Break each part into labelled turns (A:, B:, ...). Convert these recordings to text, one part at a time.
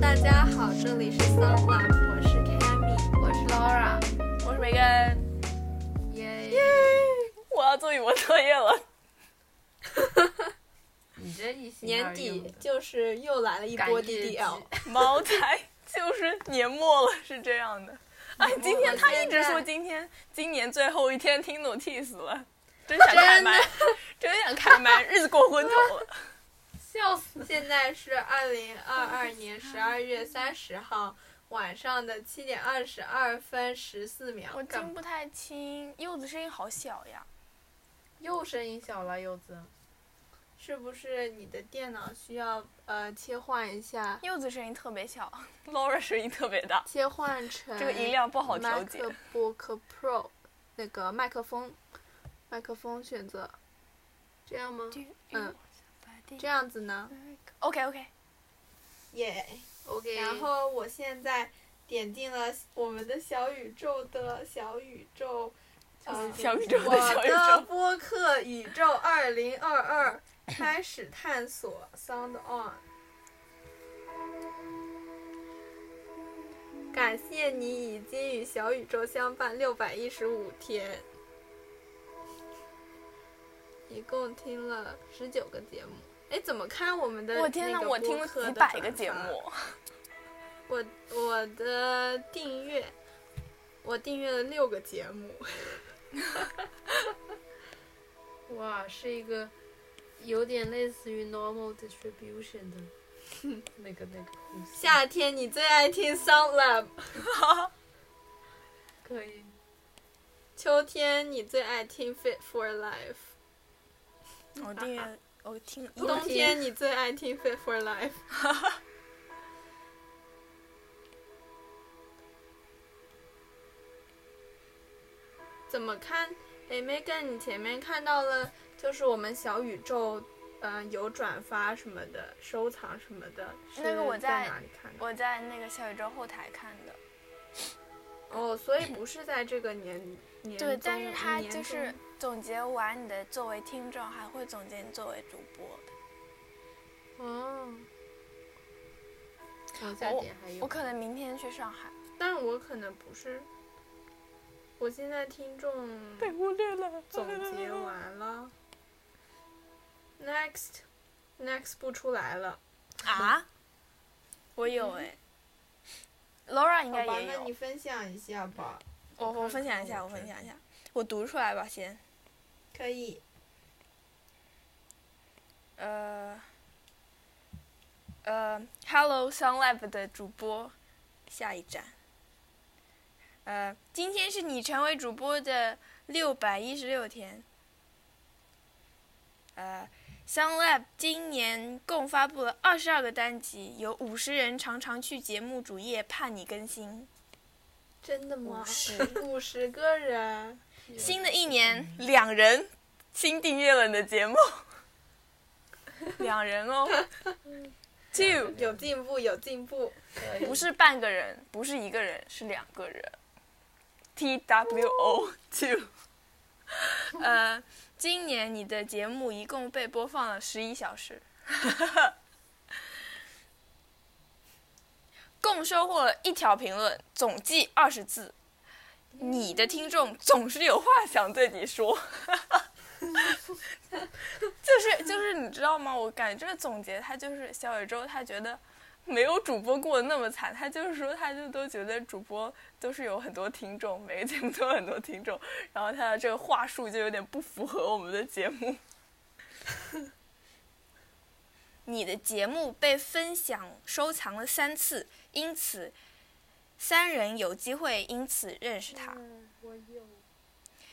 A: 大家好，这里是 Sun Lab，我是 Cammy，
B: 我是 Laura，
C: 我是梅根，
B: 耶！
C: 我要做语文作业了。
B: 你这一心
A: 年
B: 二用
A: 底
B: 的
A: 就是又来了一
B: 赶
A: 波
B: 业绩
A: DDL，
C: 茅台就是年末了，是这样的。哎，今天他一直说今天今年最后一天，听得我气死了，真想开麦，真想开麦，日子过昏头了。
B: 笑死！
A: 现在是二零二二年十二月三十号晚上的七点二十二分十四秒。
C: 我
A: 干
C: 听不太清，柚子声音好小呀。
B: 又声音小了，柚子。
A: 是不是你的电脑需要呃切换一下，
C: 柚子声音特别小，Laura 声音特别大，
A: 切换成
C: 这个音量不好调节。
A: MacBook Pro 那个麦克风，麦克风选择，这样吗？嗯这样子呢？
C: OK OK，
A: 耶、
B: OK
A: 然后我现在点进了我们的小宇宙的小宇宙，呃，
C: 小宇宙
A: 我
C: 的小宇
A: 的
C: 宙，
A: 播客宇宙二零二二开始探索 Sound On。感谢你已经与小宇宙相伴六百一十五天，一共听了十九个节目。哎，怎么看我们的？
C: 我天
A: 哪，
C: 呐，我听了几百个节目。
A: 我我的订阅，我订阅了六个节目，
B: 哇，是一个有点类似于 normal distribution 的那个那个公司。
A: 夏天你最爱听 Sound Lab，
B: 可以。
A: 秋天你最爱听 Fit for Life，
C: 我订阅，我听一
A: 冬天你最爱听 Fit for Life。怎么看？哎，Megan，你前面看到了，就是我们小宇宙，嗯、有转发什么的，收藏什么的。是
C: 那个我
A: 在
C: 在
A: 哪里看的？
C: 我在那个小宇宙后台看的。
A: 哦，所以不是在这个年年
C: 对，但
A: 中
C: 是他
A: 年
C: 就
A: 中
C: 是总结完你的作为听众，还会总结你作为主播。
A: 哦，
B: 往下点还有。
C: 我可能明天去上海。
A: 但我可能不是。我现在听众
C: 忽略了。
A: 总结。完了，next next 不出来了，
C: 啊？我有哎。Laura 应该也有。
A: 分享一下吧，
C: 我我分享一下，我分享一下，我读出来吧先。
A: 可以。
C: 呃，呃，Hello Sunlab 的主播，下一站。呃，今天是你成为主播的六百一十六天。呃，Sunlab 今年共发布了二十二个单集，有五十人常常去节目主页盼你更新。
A: 真的吗？
C: 50
A: 五十个人，
C: 新的一年，两人新订阅了你的节目，两人哦，two。
A: 有进步，有进步。
B: 可以
C: 不是半个人，不是一个人，是两个人。T W O two，呃，今年你的节目一共被播放了十一小时，共收获了一条评论，总计二十字。你的听众总是有话想对你说，就是就是你知道吗？我感觉这个总结，他就是小宇宙，他觉得没有主播过得那么惨，他就是说，他就都觉得主播都是有很多听众，每个节目都有很多听众，然后他的这个话术就有点不符合我们的节目。你的节目被分享收藏了三次，因此三人有机会因此认识他。
B: 嗯我有。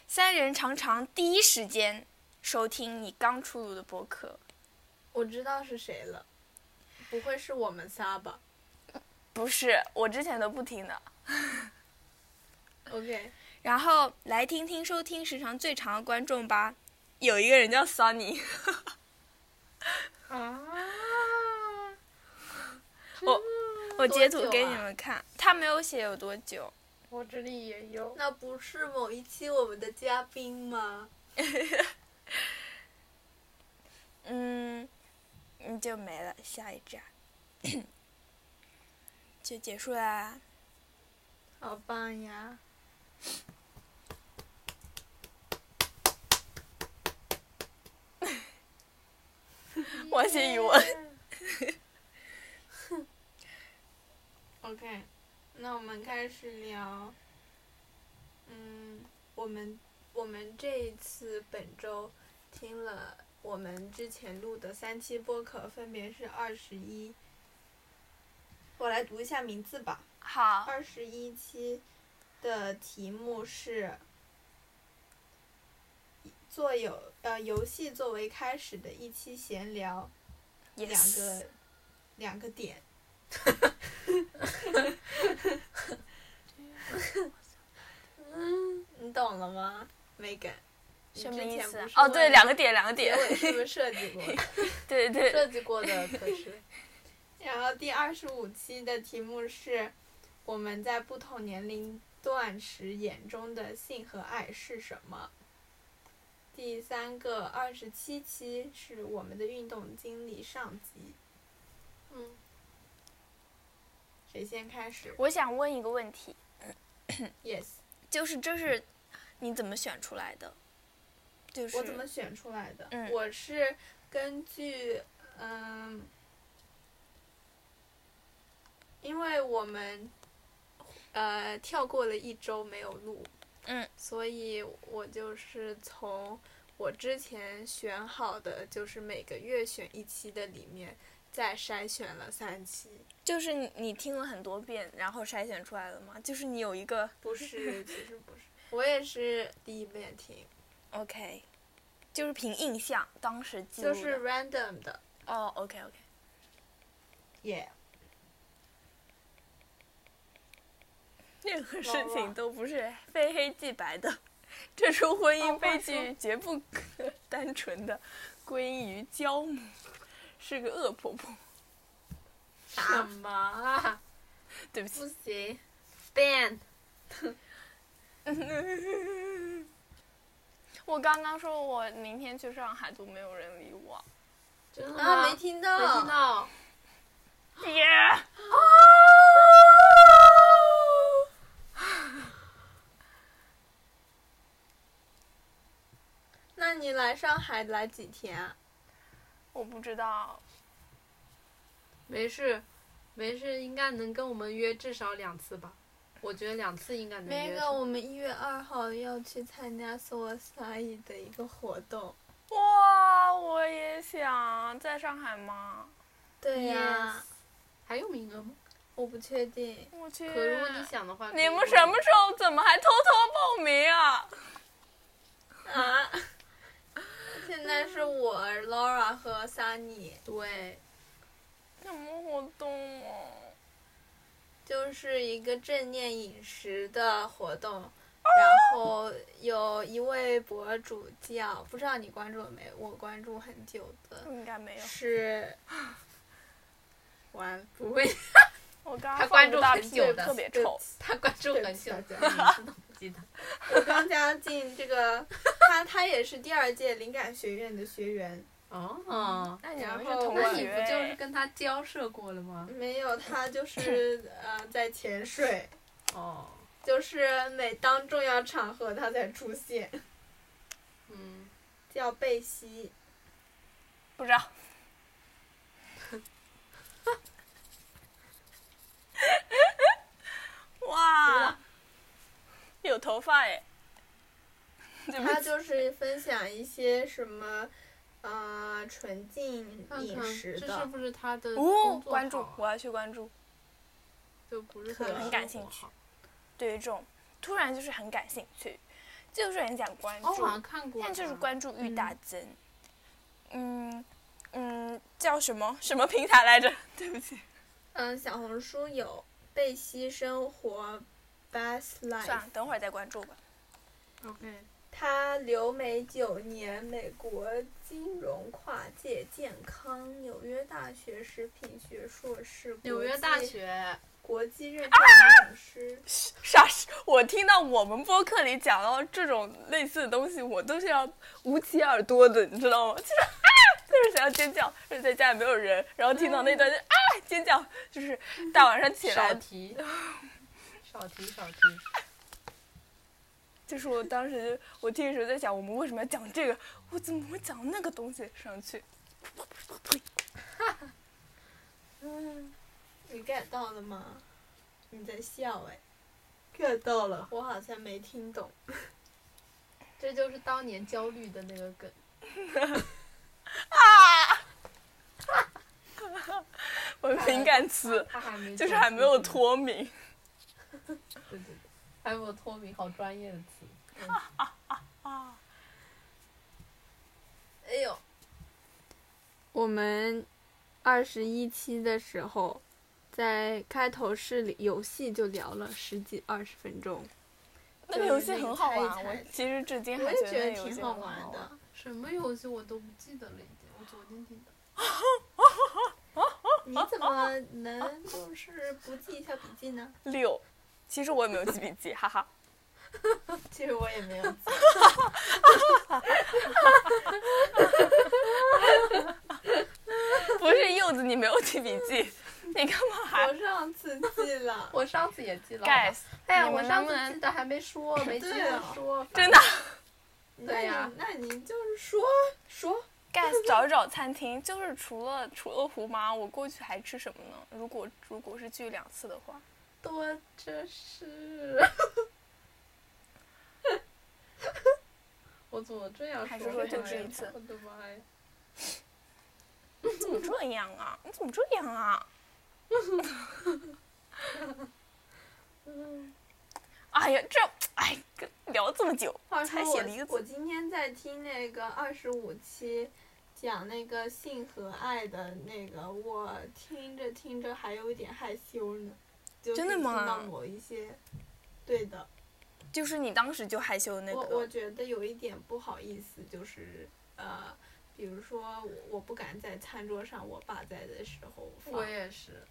C: 三人常常第一时间收听你刚出炉的播客，
A: 我知道是谁了，不会是我们仨吧
C: 不是我之前都不听的，
A: ？OK，
C: 然后来听听收听时长最长的观众吧，有一个人 叫 Sunny，
B: 啊！
C: 我我截图
A: 多
C: 给
A: 久
C: 你
A: 啊
C: 们看，他没有写有多久，
B: 我这里也 有。
A: 那不是某一期我们的嘉宾吗？
C: 嗯，嗯就没了，下一站。
D: 就结束啦。
A: 好棒呀！
C: 我先语文。
A: OK，那我们开始聊，嗯，我们我们这一次本周听了我们之前录的三期播客，分别是二十一，我来读一下名字吧。
C: 好，
A: 二十一期的题目是做有呃游戏作为开始的一期闲聊，
C: 两
A: 两个两个点。
C: 嗯
A: 你懂了吗，Megan？
C: 什么意思啊
A: 你之前不？是
C: 哦，对，
A: 问
C: 两个点，两个
A: 结
C: 点，
A: 尾是不是设计过？
C: 对对对，
B: 设计过的可是
A: 然后第二十五期的题目是我们在不同年龄段时眼中的性和爱是什么？第三个二十七期是我们的运动经历上集，
B: 嗯，
A: 谁先开始
D: 我想问一个问题，
A: ？Yes，
D: 就是这是你怎么选出来的？就是
A: 我怎么选出来的？
D: 嗯
A: 我是根据嗯，因为我们呃跳过了一周没有录，
D: 嗯，
A: 所以我就是从我之前选好的，就是每个月选一期的里面再筛选了三期，
D: 就是你你听了很多遍，然后筛选出来了吗？就是你有一个
A: 不是，其实不是，我也是第一遍听，
D: OK，就是凭印象当时记录的。
A: 就是 random 的，
D: 哦，OK OK，
A: 耶、
D: 任何事
A: 事
D: 情
A: 情
D: 都不是非黑即白的，这出婚
C: 哦
D: 姻悲剧绝不可单纯的归因于焦母，是个恶婆婆。
B: 什么啊？
D: 对不起，
B: 不行，ban。
C: 我刚刚说我明天去上海，都没有人理我。
B: 真的
A: 啊，
B: 吗？
A: 没听到，
B: 没听到。
C: 爹，
A: 那你来上海来几天啊？
C: 我不知道，
B: 没事，没事，应该能跟我们约至少两次吧。我觉得两次应该能
A: 那
B: 约
A: 个，
B: 上。
A: 我们一月二号要去参加 s o c i e 的一个活动。
C: 哇，我也想在上海吗？
A: 对呀、
B: 还有名额吗？
A: 我不确定。
C: 我去。
B: 可如果你想的话，
C: 你们什么时候怎么还偷偷报名啊？
A: 啊，现在是我 Laura 和 Sunny，
B: 候？对，
C: 什么活动哦？
A: 就是一个正念饮食的活动。然后有一位博主叫，不知道你关注了没？我关注很久的，
C: 应该没有。
A: 是， 完不会
C: 我刚
B: 他
C: 刚
B: 关
C: 放
B: 注
C: 不大
B: 很
C: 屁
B: 久
C: 股
B: 的
C: 特别臭。
B: 他关注很久，
A: 对
B: 名字都不记得。
A: 我刚加进这个，他他也是第二届灵感学院的学员，
B: 哦，
C: 那
A: 然
C: 是
A: 后
C: 同
B: 那
A: 我
B: 你
C: 学
B: 不就是跟他交涉过了吗？
A: 没有他就是呃在潜水，
B: 哦，
A: 就是每当重要场合他才出现，
B: 嗯，
A: 叫贝西。
C: 不知道。 哇，有头发哎！对不
A: 他
C: 起，
A: 就是分享一些什么，呃，纯净
B: 看看
A: 饮食
B: 这嗯是
A: 的，
B: 不是他的
C: 哦
B: 嗯工，作
C: 关注
B: 好，
C: 我要去关注。
B: 就不是
A: 可
B: 他的
A: 很
C: 感
B: 生活
C: 兴趣
B: 好。
C: 对于这种突然就是很感兴趣，就是很想关
B: 哦，我
C: 注。
B: 好像看过。
C: 但就是，关注欲大增。嗯嗯，叫什么什么平台来着？对不起，
A: 嗯、小红书有贝西生活，Best
B: 哎
C: 算
A: Life
C: 了。，等会儿再关注吧。
B: OK，
A: 他留美九年，美国金融跨界健康，纽约大学食品学硕士，国际
B: 纽约大学。
A: 国际认证营养师。
C: 傻，我听到我们播客里讲到这种类似的东西，我都是要捂起耳朵的，你知道吗？就是啊，就是想要尖叫，而且在家也没有人，然后听到那段就啊尖叫，就是大晚上起
B: 少
C: 来，
B: 提，少提少提。
C: 就是我当时就我听的时候在想，我们为什么要讲这个？我怎么会讲那个东西上去？
A: 嗯你 get 到了吗？你在笑哎，get 到了，我好像没听懂。
B: 这就是当年焦虑的那个梗。
C: 我敏感词
B: 他还没
C: 就是还没有。脱敏。
B: 对对对，还没有脱敏，好专业的词。
A: 哎呦，我们二十一期的时候，在开头室里游戏就聊了十几二十分钟，
C: 嗯那个游戏很好玩，
A: 就是那个猜一猜
C: 我其实至今
A: 我
C: 还
A: 也
C: 那
A: 觉
C: 个
A: 得
C: 游戏
A: 挺
C: 很好
A: 玩的。
B: 啊什么游戏我都不记得了，已经。我昨天听的。
A: 你怎么能就是不记一下笔记呢？
C: 六，其实我也没有记笔记，哈哈。
A: 其实我也 没有记。
C: 不是柚子，你没有记笔记，你干嘛还
A: 我上次记 了，
B: 我上次也记了。
C: guys？
B: 哎呀，
C: 你
B: 我
C: 们能
B: 上
C: 不
B: 次
C: 能
B: 记得还没说，没机
A: 对
B: 会
A: 啊
B: 说。
C: 真的
A: 那
B: 对呀
A: 你那你就是说说，
C: guys 找一找餐厅，就是除了除了胡麻，我过去还吃什么呢？如果如果是去两次的话，
B: 多这是。 我怎么这样
C: 还是说就
B: 呀？Oh
C: 这一次
B: 我的妈呀！
C: 你怎么这样啊？你怎么这样啊？ 哎呀，这哎跟聊这么久，
A: 话
C: 才
A: 说
C: 写了一个
A: 我我
C: 字，
A: 今天在听那个二十五期讲那个性和爱的那个，我听着听着还有一点害羞呢，就是
C: 真的吗
A: 听到某一些，对的，
C: 就是你当时就害羞的那
A: 我我
C: 个，哦
A: 觉得有一点不好意思，就是呃。比如说，我我不敢在餐桌上我爸在的时候放，
B: 我也是。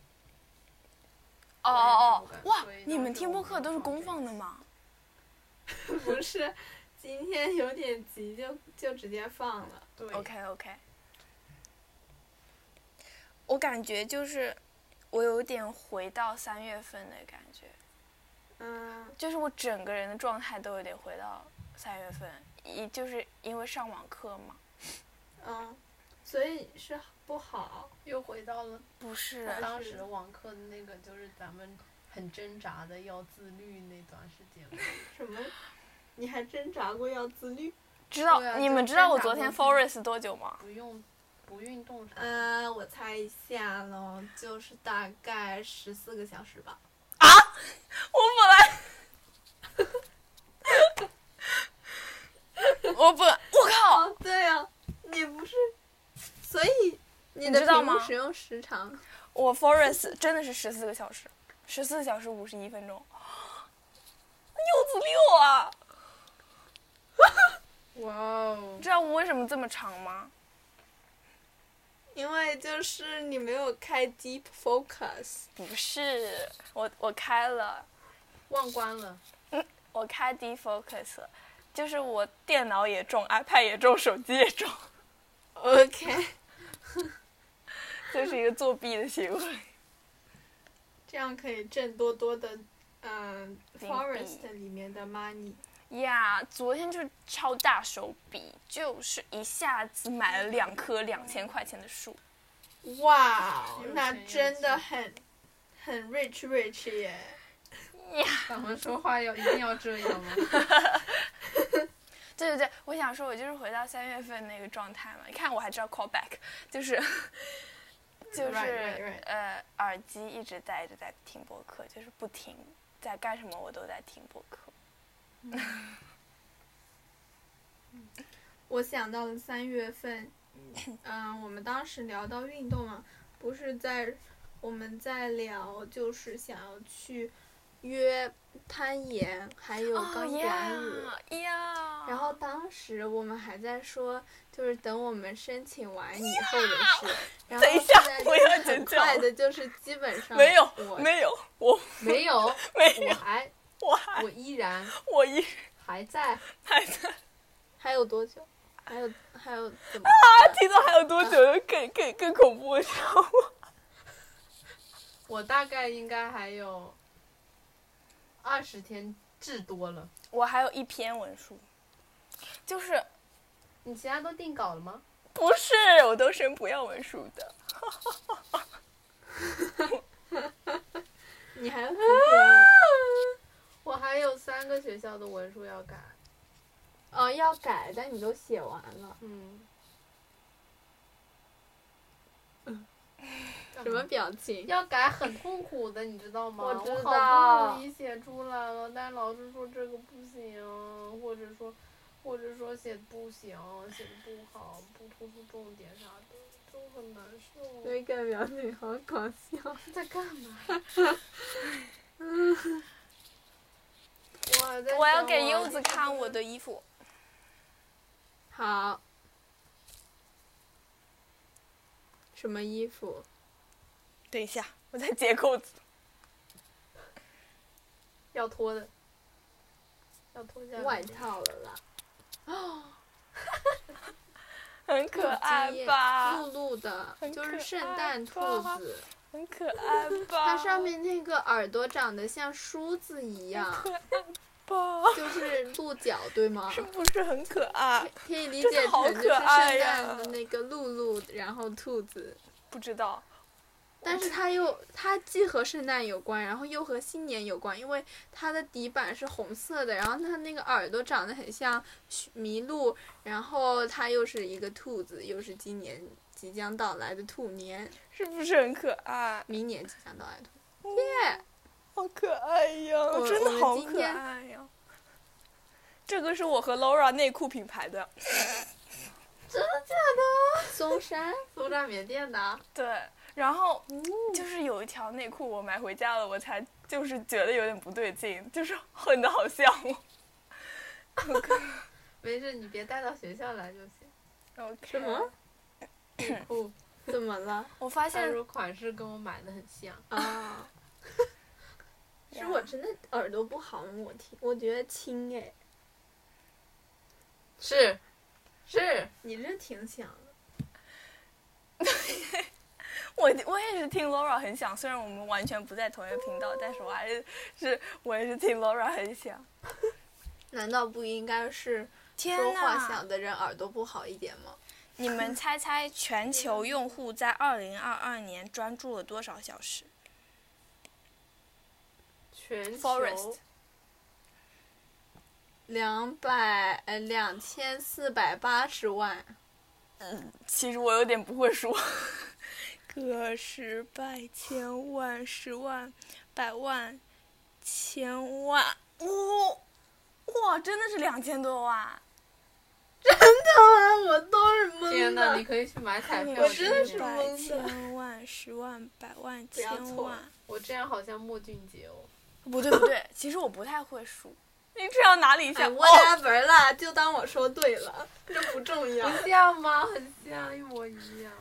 B: 我
C: 哦
B: 也是不
C: 哦哦
B: 敢，
C: 哇
B: 所以！
C: 你们
B: 当时
C: 听
B: 我
C: 播
B: 没
C: 客
B: 有
C: 都是
B: 放
C: 公
B: 这
C: 放
B: 个
C: 的吗？
A: 不是，今天有点急就，就直接放了。
B: 对
C: OK OK，我感觉就是我有点回到三月份的感觉，
A: 嗯，
C: 就是我整个人的状态都有点回到三月份，一就是因为上网课嘛，
A: 嗯，所以是不好。
B: 又回到了
C: 不是
B: 我当
A: 是
B: 时网课的那个，就是咱们很挣扎的要自律那段时间嘛。
A: 什么？你还挣扎过要自律？
C: 知道、
B: 对啊
C: 你
B: 就
C: 们
B: 是
C: 知道
B: 挣
C: 我
B: 扎
C: 昨
B: 过
C: 天
B: 程中
C: Forest 多久吗？
B: 不用不运动啥的，
A: 嗯，我猜一下喽，就是大概十四个小时吧。
C: 我本来，我本我靠，
A: 哦，对呀、你不是，所以你
C: 你
A: 的
C: 知道
A: 屏幕
C: 吗
A: 使用时长
C: 我 Forest 真的是十四个小时，十四小时五十一分钟，柚子六啊！
B: 哇哦！
C: 知道我为什么这么长吗？
A: 因为就是你没有开 Deep Focus。
C: 不是，我我开了，
B: 忘关了，
C: 我开 defocus，了就是我电脑也中，iPad 也中，手机也 中，
A: OK，
C: 这是一个作弊的行为。
A: 这样可以挣多多的，嗯、
C: 币
A: f o r e s t 里面的 money。
C: 呀昨天就是超大手笔，就是一下子买了两棵两千块钱的树。
A: 哇哦
B: 有，
A: 那
B: 钱有
A: 真的
B: 钱
A: 很很 rich rich 耶！
B: 咱们说话要一定要这样吗？
C: 对对对，我想说，我就是回到三月份那个状态嘛。你看，我还知道 callback，就是 就是
A: Right, right, right.
C: 呃，耳机一直戴着在听播客，就是不停，在干什么我都在听播客。
A: 我想到了三月份，嗯、我们当时聊到运动嘛，不是在我们在聊，就是想要去约攀岩，还有
C: 哦
A: 钢管舞。
C: 呀哦呀！
A: 然后当时我们还在说，就是等我们申请完以后的事。然后
C: 等一下
A: 现在
C: 我要
A: 就是
C: 尖
A: 很
C: 叫
A: 快的，就是基本上
C: 没有
A: 我
C: 没有，我
B: 没有，我
C: 没有，
B: 还
C: 我还
B: 我依然
C: 我一
B: 还在，
C: 还在
A: 还有多久？还有还
B: 还有 怎么？
D: 听到还有多久？更更更恐怖，你知道吗？
B: 我大概应该还有二十天至多了。
C: 我还有一篇文书，就是
B: 你其他都定稿了吗？
C: 不是我都申不要文书的，
B: 你还有几
A: 啊
B: 天？我还有三个学校的文书要改。
A: 哦，要改，但你都写完了。
B: 嗯，嗯
A: 什么表情？
B: 要改很痛苦的，你知道吗？
A: 我
B: 我
A: 知
B: 好
A: 道
B: 不容易写出来了，但老师说这个不行，或者说，或者说写不行，写的不好，不突出重点啥的，就很难受。
A: 那个表情好搞笑。
B: 在干嘛？ 我还在
C: 我要
B: 想
C: 给
B: 我
C: 柚子
B: 这个
C: 看我的衣服。
A: 好。什么衣服？
C: 等一下，我在解扣子。
B: 要脱的，要脱下来
A: 外套了啦，
C: 很可爱
A: 今夜
C: 吧？
A: 露露的
C: 很，
A: 就
C: 可
A: 是
C: 爱
A: 圣诞兔
C: 吧
A: 子，
C: 很可爱吧？
A: 它上面那个耳朵长得像梳子一样，
C: 吧，
A: 就是鹿角，对吗？
C: 是不是很可爱？
A: 可以理
C: 真
A: 解
C: 的好
A: 成就是
C: 可
A: 圣
C: 爱呀
A: 诞的那个露露，然后兔子，
C: 不知道，
A: 但是它又它既和圣诞有关，然后又和新年有关，因为它的底板是红色的，然后它那个耳朵长得很像麋鹿，然后它又是一个兔子，又是今年即将到来的兔年，
C: 是不是很可爱？
A: 明年即将到来的兔。
C: 好可爱呀！
A: 我
C: 真
A: 我
C: 的
A: 们
C: 好
A: 今
C: 可
A: 天
C: 爱呀！这个是我和 Laura 内裤品牌的，
A: 松山，
B: 苏炸缅甸的，啊
C: 对。然后就是有一条内裤我买回家了，我才就是觉得有点不对劲，就是混的好像我。
B: 没事，你别带到学校来就行。
C: OK
A: 什么？
B: 内裤，
A: 怎么了？
C: 我发
B: 他
C: 现
B: 说款式跟我买的很像。
A: 啊，是我真的耳朵不好吗？我听，我觉得轻哎，
B: 是，是，
A: 你这挺响的。
C: 我我也是听 Laura 很响，虽然我们完全不在同一个频道，但是我还是是我也是听 Laura 很响。
A: 难道不应该是
C: 天
A: 说话
C: 呐！
A: 响的人耳朵不好一点吗？
C: 你们猜猜全球用户在二零二二年专注了多少小时
B: 全球
C: ？Forest
A: 两百呃两千四百八十万，
C: 嗯其实我有点不会说， 个十百千万十万百万千万，哇、哇，真的是两千多万！
A: 啊，我都是
B: 天
A: 懵
B: 哪，
A: 的。
B: 你可以去买
C: 哎
B: 彩票。
A: 我真的是
B: 天哪
A: 懵的
C: 百千万十万百万
A: 不要
C: 千
A: 错
C: 万。
B: 我这样好像莫俊杰哦。
C: 不对不对，其实我不太会数。你这样哪里
A: 哎
C: 像？
A: ，whatever 啦，就当我说对了， 这不重要。
B: 不像吗？很像，一模一样。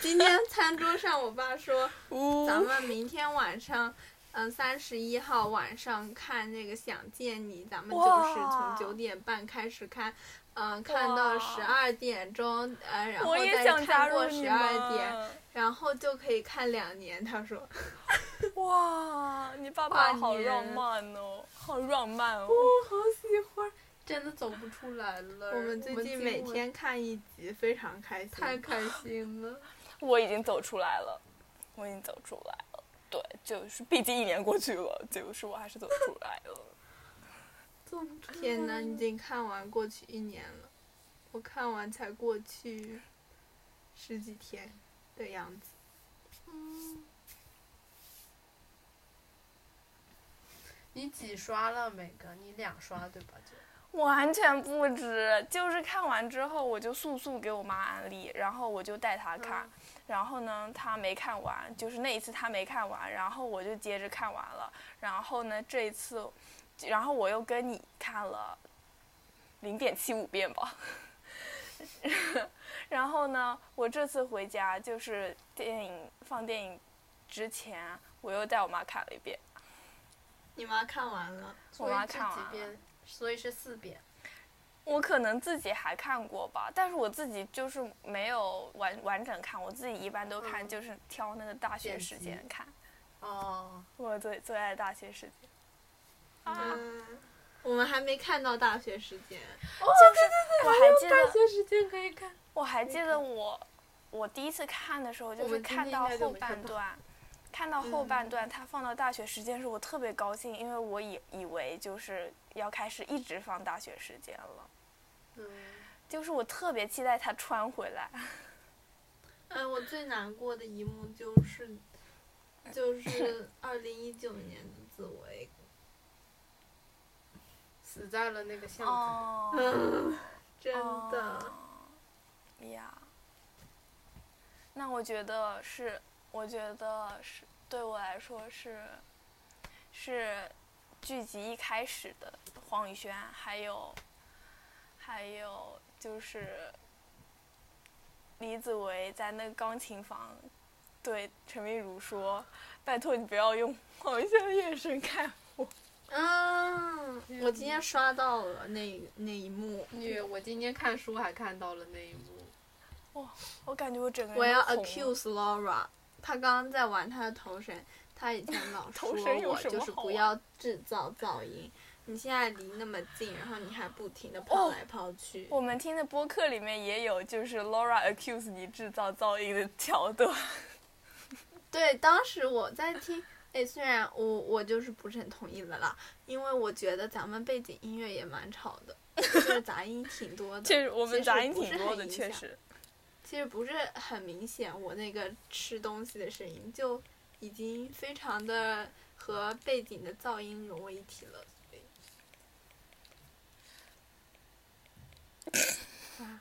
A: 今天餐桌上，我爸说
C: 哦
A: 咱们明天晚上，嗯，三十一号晚上看那个《想见你》，咱们就是从
C: 哇
A: 九点半开始看，嗯、看到
C: 哇
A: 十二点钟，呃，然后
C: 我也
A: 再
C: 想加
A: 看
C: 入
A: 过
C: 你
A: 十
C: 们
A: 二点，。然后就可以看两年。他说，
C: 哇，你爸爸
B: 跨
C: 好
B: 年
C: 浪漫哦，好浪漫 哦。
A: 好喜欢。
B: 真的走不出来了。
A: 我们最近每
B: 今晚
A: 天看一集，非常开心。
B: 太开心了。
C: 我已经走出来了，我已经走出来了。对，就是毕竟一年过去了，就是我还是走出来了。
A: 天哪，你已经看完过去一年了，我看完才过去十几天的样子。
B: 你几刷了？每个你两刷对吧？就
C: 完全不知，就是看完之后我就速速给我妈安利，然后我就带她看，
B: 嗯
C: 然后呢她没看完，就是那一次她没看完，然后我就接着看完了，然后呢这一次，然后我又跟你看了零点七五遍吧， 然后呢我这次回家就是电影放电影之前，我又带我妈看了一遍，
A: 你妈看完了，
B: 所以
C: 妈
B: 这
C: 看
B: 几
C: 完了
B: 遍所以是四遍。
C: 我可能自己还看过吧，但是我自己就是没有完完整看，我自己一般都看、
B: 嗯
C: 就是挑那个大学
B: 剪
C: 时
B: 辑
C: 间看，
B: 哦，
C: 我最最爱大学时间。
B: 啊，
A: 嗯，我们还没看到大学时间，
B: 哦
C: 我还记
B: 大
C: 得，
B: 学时间可以看。
C: 我还记得我我第一次看的时候，就
B: 我
C: 是
B: 们今
C: 看
B: 天
C: 到
B: 应该就
C: 后
B: 没
C: 半
B: 看到嗯
C: 段，看到后半段，他放到大学时间时，我特别高兴，因为我以以为就是要开始一直放大学时间了，
B: 嗯。
C: 就是我特别期待他穿回来。
A: 嗯，我最难过的一幕就是，就是 二零一九年的紫薇，
B: 死在了那个巷子。
C: 哦
A: 嗯， 真的，
C: 哦呀。那我觉得是，我觉得是对我来说是，是剧集一开始的黄宇轩，还有，还有就是李子维在那个钢琴房对陈明儒说：“拜托你不要用黄宇轩的眼神看我
A: 嗯，我今天刷到了那那一幕，
B: 女，我今天看书还看到了那一幕。
C: 我感觉我整个人
A: 我要
C: 都红了
A: accuse Laura，她刚刚在玩她的头绳，她以前老说
C: 头绳有
A: 我
C: 什么
A: 就是
C: 好
A: 不
C: 玩
A: 要制造噪音，你现在离那么近，然后你还不停的跑
C: 哦
A: 来跑去，
C: 我们听的播客里面也有，就是 Laura accuse 你制造噪音的桥段。
A: 对，当时我在听，哎，虽然我我就是不是很同意了啦，因为我觉得咱们背景音乐也蛮吵的，就是杂音挺多的。
C: 确实，我
A: 其
C: 们
A: 实
C: 杂音
A: 不是
C: 挺多
A: 很
C: 的，
A: 影
C: 确
A: 响
C: 实。
A: 其实不是很明显，我那个吃东西的声音就已经非常的和背景的噪音融为一体了。所以 啊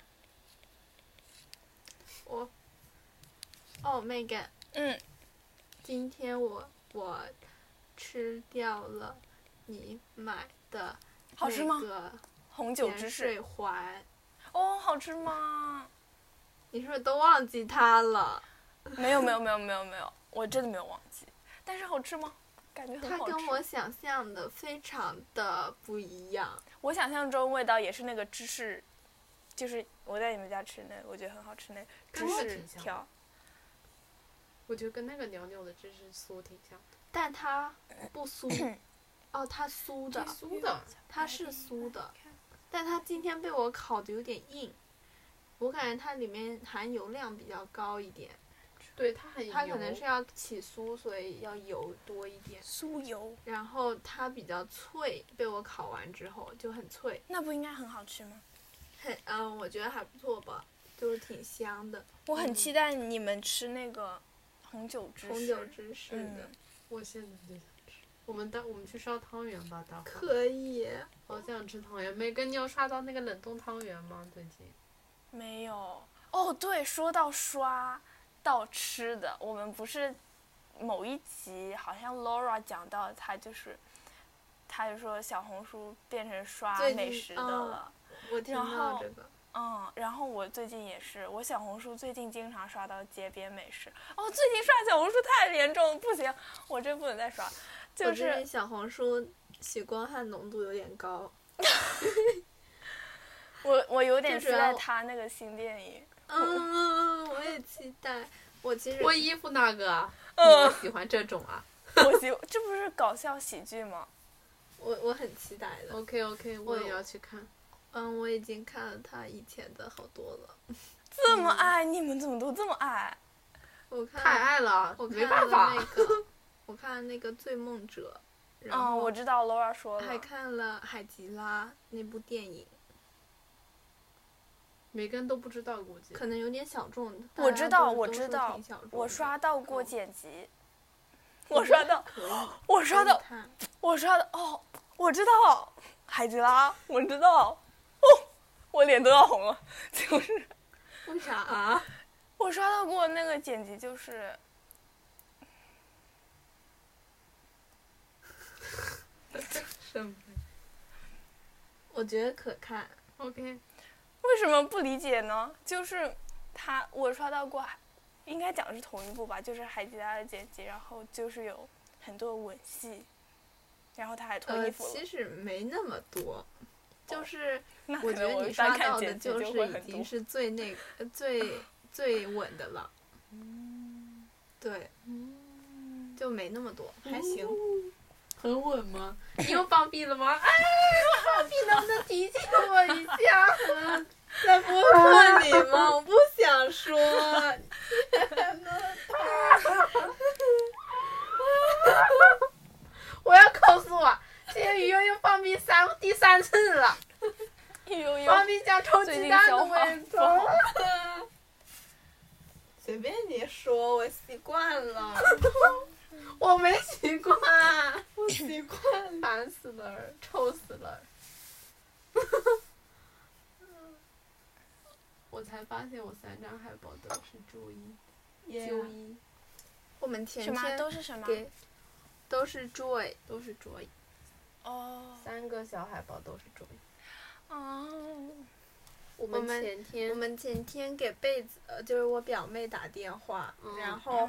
A: 我，哦，Megan，
C: 嗯，
A: 今天我我吃掉了你买的
C: 好吃吗
A: 那个
C: 红酒
A: 甜
C: 芝士
A: 水环，
C: 哦，好吃吗？
A: 你是不是都忘记它了？
C: 没有，没有，没有，没有，没有，我真的没有忘记。但是好吃吗？感觉很
A: 它
C: 好吃。
A: 跟我想象的非常的不一样。
C: 我想象中味道也是那个芝士，就是我在你们家吃那个，我觉得很好吃那个芝
B: 跟我
C: 士
B: 挺像的
C: 条。
B: 我觉得跟那个鸟鸟的芝士酥挺像，
A: 但它不酥，
C: 嗯
A: 哦，它酥的
B: 挺，酥的。
A: 它是酥的，但它今天被我烤的有点硬，我感觉它里面含油量比较高一点，
B: 对，它
C: 哎
B: 很油。
A: 它可能是要起酥，所以要油多一点。
C: 酥油，
A: 然后它比较脆，被我烤完之后就很 脆，
C: 那不应该很好吃吗？
A: 很嗯，我觉得还不错吧，就是挺香的，
C: 我很期待你们吃那个嗯红酒芝士。
A: 红酒芝士的，
C: 嗯
B: 我现在就想吃。我们待我们去烧汤圆吧，待会儿。
A: 可以。
B: 好想吃汤圆。梅根，你有刷到那个冷冻汤圆吗？最近？
C: 没有。哦，对，说到刷到吃的，我们不是某一集好像 Laura 讲到，她就是，她就说小红书变成刷
A: 最近嗯
C: 美食的了。
A: 我听
C: 然
A: 到
C: 后
A: 这个，
C: 嗯，然后我最近也是，我小红书最近经常刷到街边美食。哦，最近刷小红书太严重了，不行，我真不能再刷。
A: 我
C: 就
A: 最近
C: 是
A: 小红书血光汗浓度有点高，
C: 我，我有点
A: 最
C: 期
A: 主要
C: 待他那个新电影。
A: 嗯，我也期待。我其实
B: 脱衣服那个啊，
C: 嗯
B: 我喜欢这种 啊。
C: 我喜，这不是搞笑喜剧吗？
A: 我我很期待的，
B: OK OK，
A: 我
B: 我也要去看。
A: 嗯，我已经看了他以前的好多了，
C: 这么爱，你们怎么都这么爱？
A: 我看
B: 太爱了
A: 我，看
B: 没
A: 了
B: 办
A: 那
B: 法。
A: 个，我看了那个《醉梦者》，然
C: 嗯，
A: 后
C: 我知道 Laura 说
A: 还
C: 了，
A: 看了《海吉拉》那部电影，
B: 梅根都不知道，估计。
A: 可能有点小众。
C: 我知道
A: 大家都
C: 我知道
A: 都说挺小众的
C: 我刷到过
A: 嗯
C: 剪辑，我刷到，
A: 可以
C: 我刷到，
A: 可以嗯看
C: 我刷到，哦，我知道，海吉拉，我知道，哦，我脸都要红了， 就是
A: 为啥啊？
C: 我刷到过那个剪辑，就是
B: 什么
A: 我觉得可看，
B: ？OK，
C: 为什么不理解呢？就是他，我刷到过，应该讲的是同一部吧，就是海吉拉的剪辑，然后就是有很多吻戏，然后他还脱
A: 呃，
C: 衣服了。哦
A: 其实没那么多，就是
C: 那
A: 我
C: 可
A: 觉
C: 能
A: 得
C: 我
A: 你
C: 一般
A: 刷
C: 看
A: 到的
C: 剪辑
A: 就
C: 就是会
A: 已
C: 很
A: 经
C: 多。
A: 是最那个呃最最稳的了。
C: 嗯
A: 对，就没那么多，
C: 嗯
A: 还行。
B: 很稳吗？你又放屁了吗？啊，放屁能不能提醒我一下？
A: 再不问你吗？我不想 说。
B: 我要扣死我！今天鱼悠悠放屁三第三次了，
C: 悠悠，
B: 放屁像臭
C: 最
B: 鸡
C: 近
B: 蛋的
C: 消化
B: 味
C: 不
B: 道。
C: 好
A: 随便你说，我习惯了，
B: 我没习 惯，
A: 我习惯了。
B: 烦死了，臭死了。 我才发现我三张海报都是注音，
A: 啾
B: 纠
A: 一
B: 音
A: 我们前
C: 什么
A: 天
C: 都是什么？
A: 给都是 joy，
B: 都是浊音，
C: 哦，
B: 三个小海报都是浊音。
C: 啊，
B: 我
A: 们
B: 们前
A: 我
B: 天
A: 们前天给贝子，呃，就是我表妹打电话，
B: 嗯
A: 然后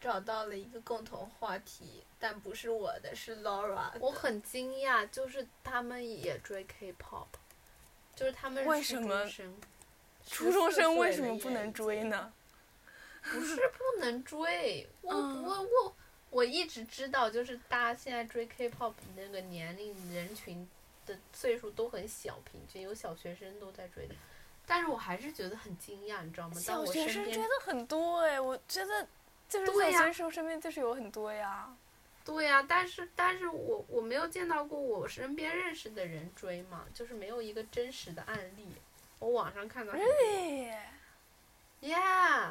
A: 找到了一个共同话题，但不是我的，是 Laura 的。
B: 我很惊讶，就是他们也追 K-pop，就是他们是
C: 为什么
B: 初中生
C: 初中生为什
A: 14岁了
C: 么不能追呢？
B: 不是不能追？我、
C: 嗯
B: 我我我一直知道，就是大家现在追 K-pop 那个年龄人群的岁数都很小，平均有小学生都在追的，但是我还是觉得很惊讶，你知道吗？当
C: 小
B: 我
C: 学
B: 身
C: 生追
B: 边
C: 的很多哎，我觉得就是
B: 对呀
C: 小学生身边就是有很多呀。
B: 对呀、但是但是我我没有见到过我身边认识的人追嘛，就是没有一个真实的案例。我网上看到
C: 嗯
B: 很多
C: Really？
B: Yeah，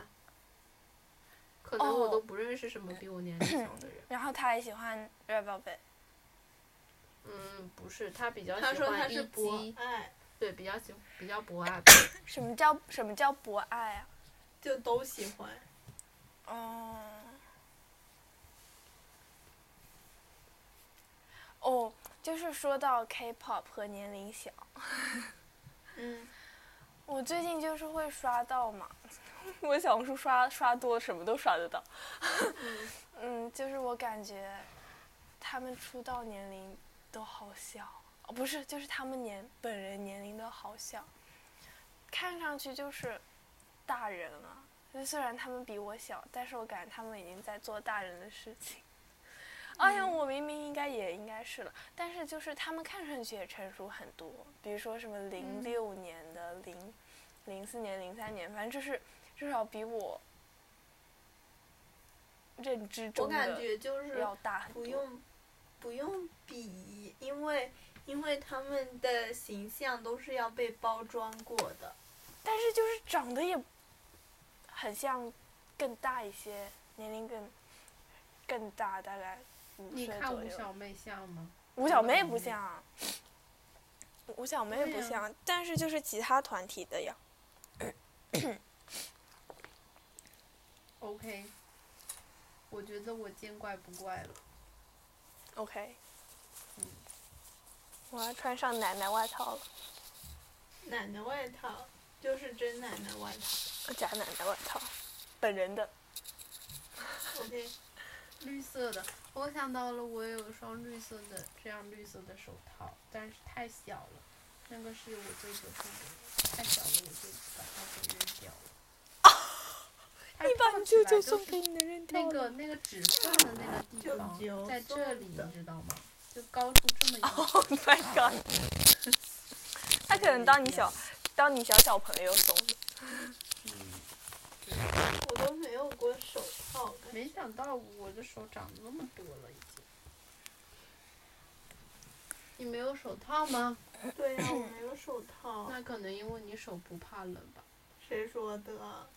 B: 可能我
C: 哦
B: 都不认识什么比我年龄小的人。
C: 然后他还喜欢 Red Velvet，
B: 嗯，不是，他比较
A: 她
B: 喜
A: 说她
B: 欢
A: 是哎
B: 一
A: 博
B: 姬，
A: 爱，
B: 对，比较喜比较博爱。
C: 什么叫什么叫博爱啊？
A: 就都喜欢。
C: 哦，哦，就是说到 K-pop 和年龄小，
A: 嗯，
C: 我最近就是会刷到嘛，我小红书刷刷多，什么都刷得到。 嗯，就是我感觉他们出道年龄都好小，哦，不是，就是他们年本人年龄都好小，看上去就是大人了。就虽然他们比我小，但是我感觉他们已经在做大人的事情。哎呀，我明明应该也应该是了，但是就是他们看上去也成熟很多，比如说什么零六年的、零零四年、零三年，反正就是至少比我认知
A: 我
C: 中
A: 感
C: 的
A: 觉就是
C: 要大很多。
A: 不用不用比，因为因为他们的形象都是要被包装过的。
C: 但是就是长得也很像更大一些，年龄更更大，大概五
B: 你
C: 岁
B: 看
C: 左
B: 吴
C: 右。
B: 小妹像吗？
C: 吴小
B: 吴小
C: 妹不
B: 妹
C: 像，啊吴小妹
B: 对
C: 不
B: 呀
C: 像，但是啊就是其他团体的呀。
B: OK，我觉得我见怪不怪了。
C: OK，我要穿上奶奶外套了，
A: 奶奶外套就是真奶奶外套。
C: 呃假奶奶外套，本人的。
A: OK，
B: 绿色的，我想到了，我有一双绿色的这样绿色的手套，但是太小了，那个是我最久送给我的，太小了，我就把它给扔掉 了。它
C: 你把
B: 烫
C: 你
B: 起
C: 舅
B: 来
C: 舅
B: 都
C: 送
B: 是
C: 给你的人掉
B: 那
C: 了。
B: 个那个 指缝的那个地
A: 舅舅
B: 方，在
A: 送
B: 这里，
A: 的
B: 你知道吗？就高出这么一 个
C: Oh my god！他可能当你小，当你小小朋友送的。
A: 我都没有过手套。
B: 没想到我的手长那么多了，已经。你没有手套吗？
A: 对呀、我没有手
C: 哦
A: 套。
B: 那可能因为你手不怕冷吧。
A: 谁说的？啊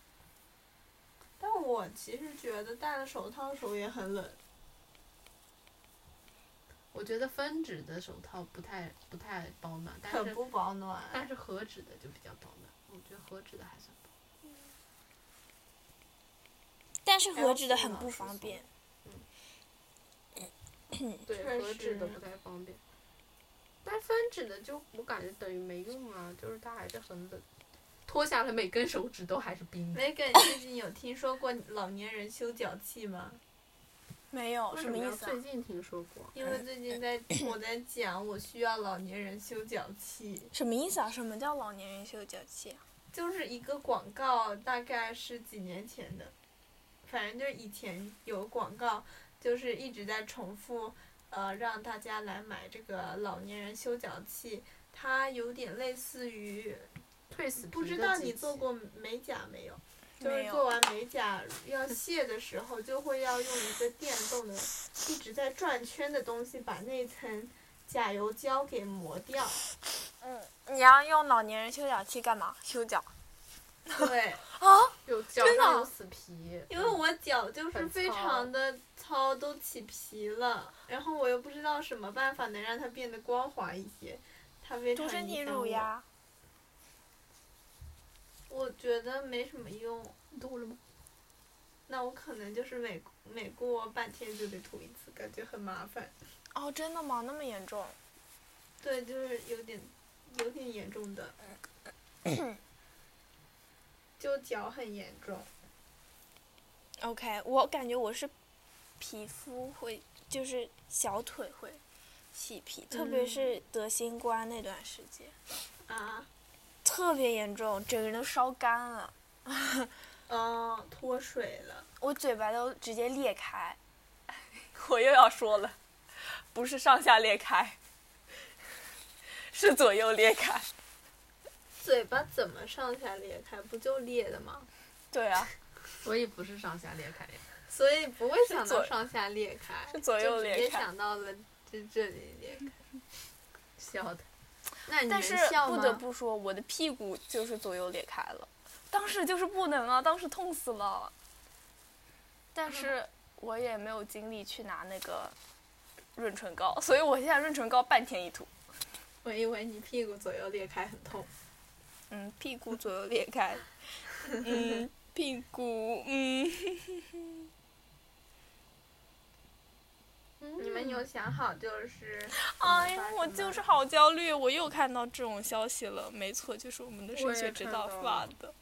A: 但我其实觉得戴了手套手也很冷。
B: 我觉得分指的手套不太不太保暖，但
A: 很
B: 是哎
A: 不保暖。
B: 但是合指的就比较保暖。我觉得合指的还算保
C: 但是
A: 合制的很不
C: 方便。
B: 暖，对
A: 确
B: 合指的
A: 实
B: 不太方便。但分指的就我感觉等于没用啊，就是它还是很冷，脱下来每根手指都还是冰的。
A: Megan，你最近有听说过老年人修脚气吗？
C: 没有
B: 为
C: 什
B: 么
C: 么
B: 要
C: 意思、啊
B: 最？近听说过，
A: 因为最近在我在讲我需要老年人修脚气，
C: 什么意思啊？什么叫老年人休脚气啊、
A: 就是一个广告，大概是几年前的，反正就是以前有广告，就是一直在重复，呃，让大家来买这个老年人修脚器，它有点类似于，
B: 退死
A: 不知道你做过美甲没有？就
C: 没
A: 是
C: 有
A: 做完美甲要卸的时候，就会要用一个电动的一直在转圈的东西把那层甲油胶给磨 掉。
C: 嗯你要用老年人休脚气干嘛？修脚
A: 对，
C: 啊？
B: 有脚
C: 真的
B: 上有死皮，
A: 因为我脚就是非常的糙，都起皮了，然后我又不知道什么办法能让它变得光滑一些，它非常
C: 涂身体
A: 影响
C: 乳呀？
A: 我。我觉得没什么用，
B: 你懂我嗯了吗？
A: 那我可能就是每每过半天就得涂一次，感觉很麻烦。
C: 哦，真的吗？那么严重？
A: 对，就是有点有点严重的， 就脚很严重。
C: OK，我感觉我是皮肤会，就是小腿会起皮，特别
A: 嗯
C: 是得新冠那段时间，
A: 啊，
C: 特别严重，整个人都烧干了，
A: 哦，脱水了。
C: 我嘴巴都直接裂开。
D: 我又要说了，不是上下裂开，是左右裂开。
A: 嘴巴怎么上下裂开？不就裂的吗？
D: 对啊，
B: 我也不是上下裂开呀，
A: 所以不会想到
D: 左
A: 上下裂开，
D: 是左右裂开
A: 就直接想到了这这里裂开。
B: 笑的。
A: 那你
C: 但
A: 能
C: 是
A: 笑吗？
C: 不得不说，我的屁股就是左右裂开了，当时就是不能啊，当时痛死了。但是我也没有精力去拿那个润唇膏，所以我现在润唇膏半天一涂。
A: 我以为你屁股左右裂开很痛。
C: 嗯，屁股左右裂开，嗯，屁股，嗯，
A: 你们有想好就是？
C: 哎呀，我就是好焦虑，我又看到这种消息了。没错，就是我们的
B: 我
C: 升
B: 也
C: 学指
B: 看
C: 导
B: 到
C: 发
B: 了
C: 的，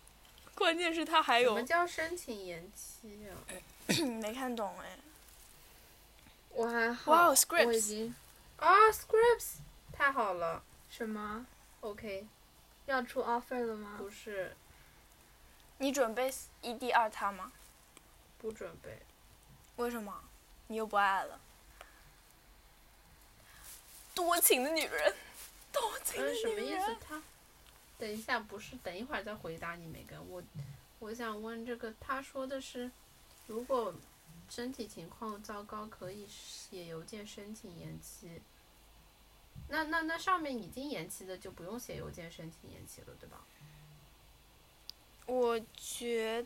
C: 关键是他还
B: 什
C: 有
B: 么叫申请延期啊？
C: 没看懂哎。
B: 我还好
C: 哇哦
B: 我已
C: ，scripts，
B: 经啊，scripts，太好了
A: 什么？
B: ，OK，
A: 要出 offer 了吗？
B: 不是
C: 你准备一 d 二他吗？
B: 不准备，
C: 为什么？你又不爱了？多情的女人，多情的
B: 嗯，什么
C: 女
B: 意
C: 人。
B: 思？他等一下不是，等一会儿再回答你，梅根。我我想问这个，他说的是，如果身体情况糟糕，可以写邮件申请延期。那那那上面已经延期的就不用写邮件申请延期了，对吧？
C: 我觉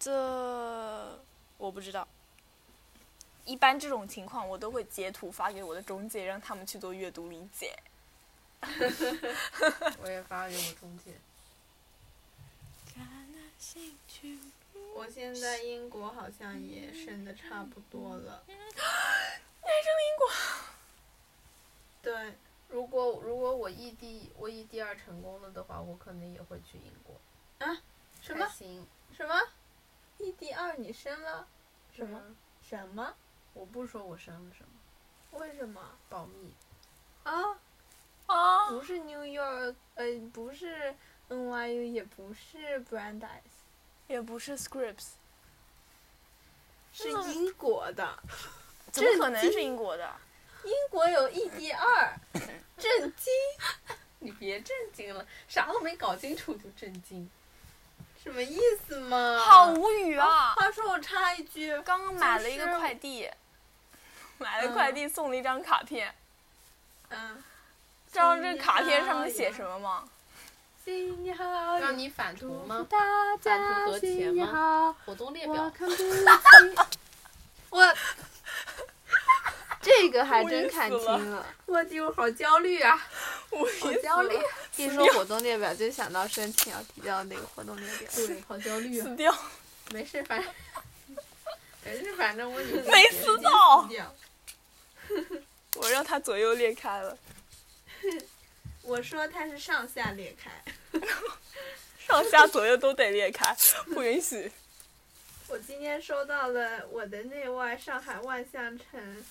C: 得我不知道。一般这种情况，我都会截图发给我的中介，让他们去做阅读理解。
B: 我也发给我中介。
A: 我现在英国好像也升的差不多 了。男生英国？对，
B: 如果如果我异地我异地二成功了的话，我可能也会去英国。
A: 啊什么
B: 开心？
A: 什么？异地二你升了？什么
B: 嗯？
A: 什么？
B: 我不说我生了什么，
A: 为什么？
B: 保密。
A: 啊？
C: 啊，
A: 不是 New York，呃，不是 NYU，也不是 Brandeis，
C: 也不是 Scripps，
A: 是英国的。
C: 怎么可能是英国的？
A: 英国有 ED 二， 震惊！
B: 你别震惊了，啥都没搞清楚就震惊。
A: 什么意思嘛？
C: 好无语啊！
A: 话说我插一句，
C: 刚刚买了一个快递， 嗯买了快递送了一张卡片，
A: 嗯，
C: 知道这卡片上面写什么吗？
A: 新年好，
B: 让你反图吗？
A: 大
B: 版图
A: 家
B: 和谐吗
A: 新年好，
B: 活动列
A: 我
B: 表。
A: 看不 起我，
B: 这个还
C: 真看清
B: 了，我就好焦虑啊，
C: 我
A: 好焦虑。一说活动列表，就想到申请要提到那个活动列表。
B: 对，好焦虑啊。
C: 死掉，
B: 没事，反正没事，反正我已经
C: 没
B: 决
C: 死
B: 定
C: 到，
A: 掉
C: 我让它左右裂开了，
A: 我说它是上下裂开，
C: 上下左右都得裂开，不允许。
A: 我今天收到了我的内外上海万象城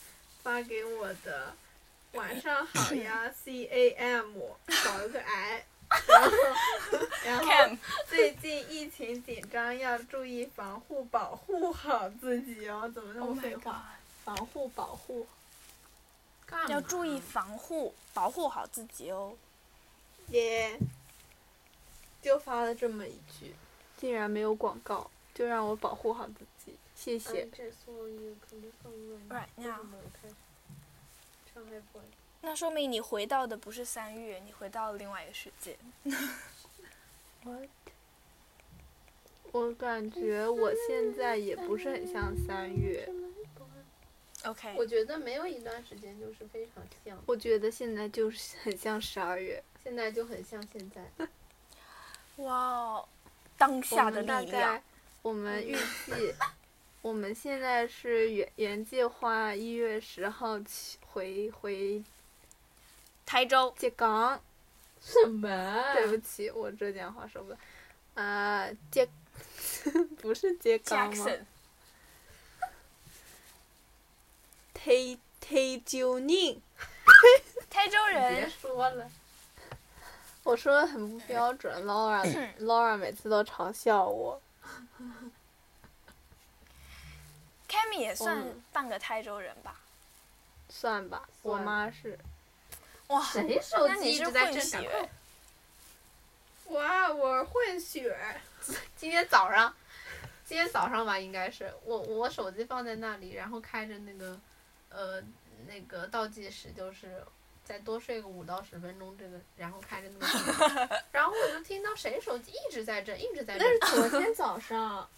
A: 发给我的“晚上好呀 ”C A M 少了个 I，然后然后最近疫情紧张，要注意防护，保护好自己哦。怎么那
C: Oh
A: 么
C: my
A: 废话防护保护，
B: 干嘛
C: 要注意防护，保护好自己哦。
A: 耶、就发了这么一句，竟然没有广告，就让我保护好自己，谢
C: 嗯
A: 谢。
C: Right now，那
B: 哎
C: 说明你回到的不是三月，你回到了另外一个世界。
A: 我感觉我现在也不是很像三月，
C: OK，
B: 我觉得没有一段时间就是非常像，
A: 我觉得现在就是 很像十二月。
B: 现在就很像现在。
C: 哇哦，当
A: 我
C: 下的
A: 们大
C: 力量
A: 概，我们预计，我们现在是原原计划一月十号起回回
C: 台州
A: 浙江。
B: 什么
A: 对不起，我浙江话说不，呃，浙 不是浙江吗？
C: Jackson，
A: 台台州人，
C: 台州
A: 哎
C: 人，
B: 说了，
A: 我说的很不标准，Laura Laura 每次都嘲笑我。
C: Cammy 也算
A: 嗯
C: 半个台州人吧？
A: 算吧，我
B: 算
A: 妈是。
C: 哇，
B: 谁手
C: 那
B: 机
C: 你
B: 一
C: 是
B: 直在
C: 混
B: 震？赶快
C: 血，
A: 哇，我混血。
B: 今天早上， 今天早上吧，应该是我我手机放在那里，然后开着那个，呃，那个倒计时，就是再多睡个五到十分钟，这个，然后开着那个， 然后我就听到谁手机一直在震，一直在震，啊
A: 是昨天早 上，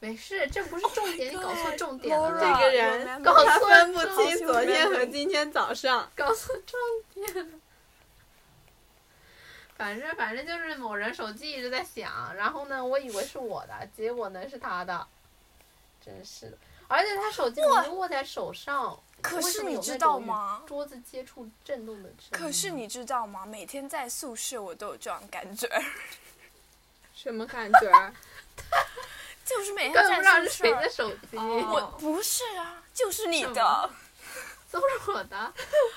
B: 没事，这不是重点，你搞错重点了，
A: 啊这
C: Laura，
A: 个人
C: remember
A: 他分不
B: 告
A: 清
B: 诉
A: 昨天和
C: 们
A: 今天早上。
B: 搞错重点。 反正反正就是某人手机一直在响，然后呢，我以为是我的，结果呢是他的，真是的。而且他手机明明握在手上，
C: 可
B: 为
C: 是
B: 什么
C: 你
B: 有
C: 知
B: 那
C: 道
B: 种与
C: 吗
B: 桌子接触震动的声音。
C: 可是你知道吗？每天在宿舍，我都有这种感觉，
A: 什么感觉儿？
C: 就是每天
B: 根本不知道
C: 在
B: 是
C: 宿
B: 谁的
C: 舍，哦
B: 手机，
C: 我不是啊，就是你
B: 什么
C: 的。
B: 都是我 的。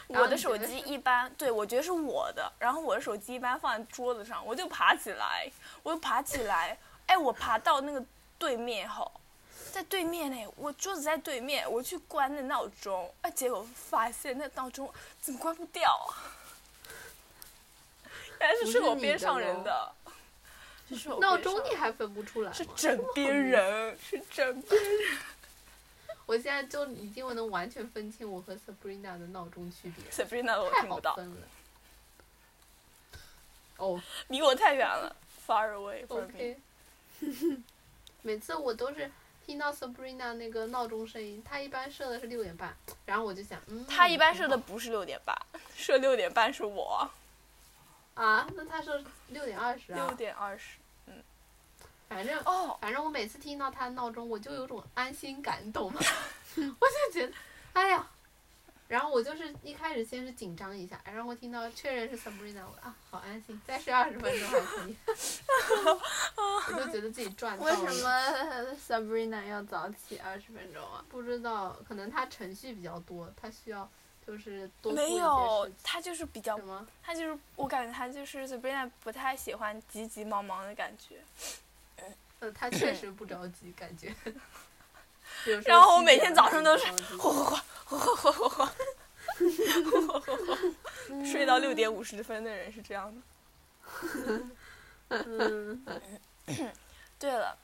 B: 然后
C: 我的
B: 你
C: 手
B: 觉得
C: 机一般，对我觉得是我的，然后我的手机一般放在桌子上，我就爬起来，我就爬起来，哎，我爬到那个对面吼，在对面嘞，我桌子在对面，我去关那闹钟，哎，结果发现那闹钟怎么关不掉啊？ 原来是
A: 不
C: 睡
A: 是
C: 我
A: 你
C: 边
A: 的
C: 上人
A: 咯
C: 的，是睡我
B: 闹
C: 边
B: 钟
C: 上
B: 你还分不出来吗？
C: 是枕边人，是枕边人，
B: 我现在就已经能完全分清我和 Sabrina 的闹钟区别，
C: 随便那我
B: 太
C: 听
B: 好
C: 不到，
B: 分了。哦，
C: 离我太远了，far away from me。
B: OK，每 次我都是听到 Sabrina 那个闹钟声音，她一般设的是六点半，然后我就想，嗯，
C: 他一般
B: 挺
C: 设的
B: 好
C: 不是六点半，设六点半是我，
B: 啊，那她设六点二十
C: 六
B: 啊，
C: 点二十。
B: 反正
C: 哦，
B: 反正我每次听到她的闹钟，我就有种安心感，你懂吗？ 我就觉得，哎呀，然后我就是一开始先是紧张一下，然后我听到确认是 Sabrina，我啊好安心，再睡二十分钟还可以， 我就觉得自己赚到
A: 为
B: 了。
A: 什么 Sabrina 要早起二十分钟啊？
B: 不知道，可能他程序比较多，他需要就是多做一
C: 没
B: 些
C: 有
B: 事，情嗯
C: 他就是比较
B: 什，么？
C: 他就是我感觉他就是 Sabrina 不太喜欢急急忙忙的 感觉。
B: 呃，他确实不着急，感觉。比如说
C: 然后我
B: 西
C: 每
B: 点
C: 天早
B: 他
C: 上
B: 就
C: 都
B: 不
C: 是
B: 着急
C: 哗哗哗哗哗哗哗哗哗哗哗哗，睡到六点五十分的人是这样的。
B: 嗯，
C: 对了，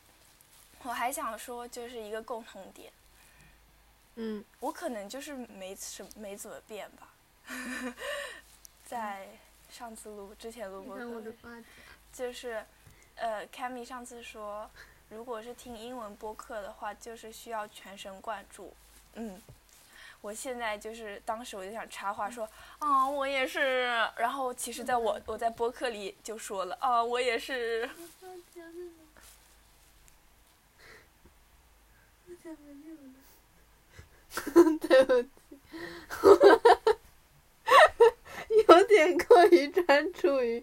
C: 我还想说就是一个共同点，
A: 嗯，
C: 我可能就是没什没怎么变吧， 在上次录之前录
B: 你
C: 播
B: 看我的
C: 客，
B: 发夹，
C: 就是呃，Cammy 上次说，如果是听英文播客的话，就是需要全神贯注。嗯，我现在就是当时我就想插话说啊、我也是。然后其实在
A: 嗯
C: 我我在播客里就说了啊、我也是。
B: 发夹是什么发夹没有了
A: 对不起，有点过于专注于，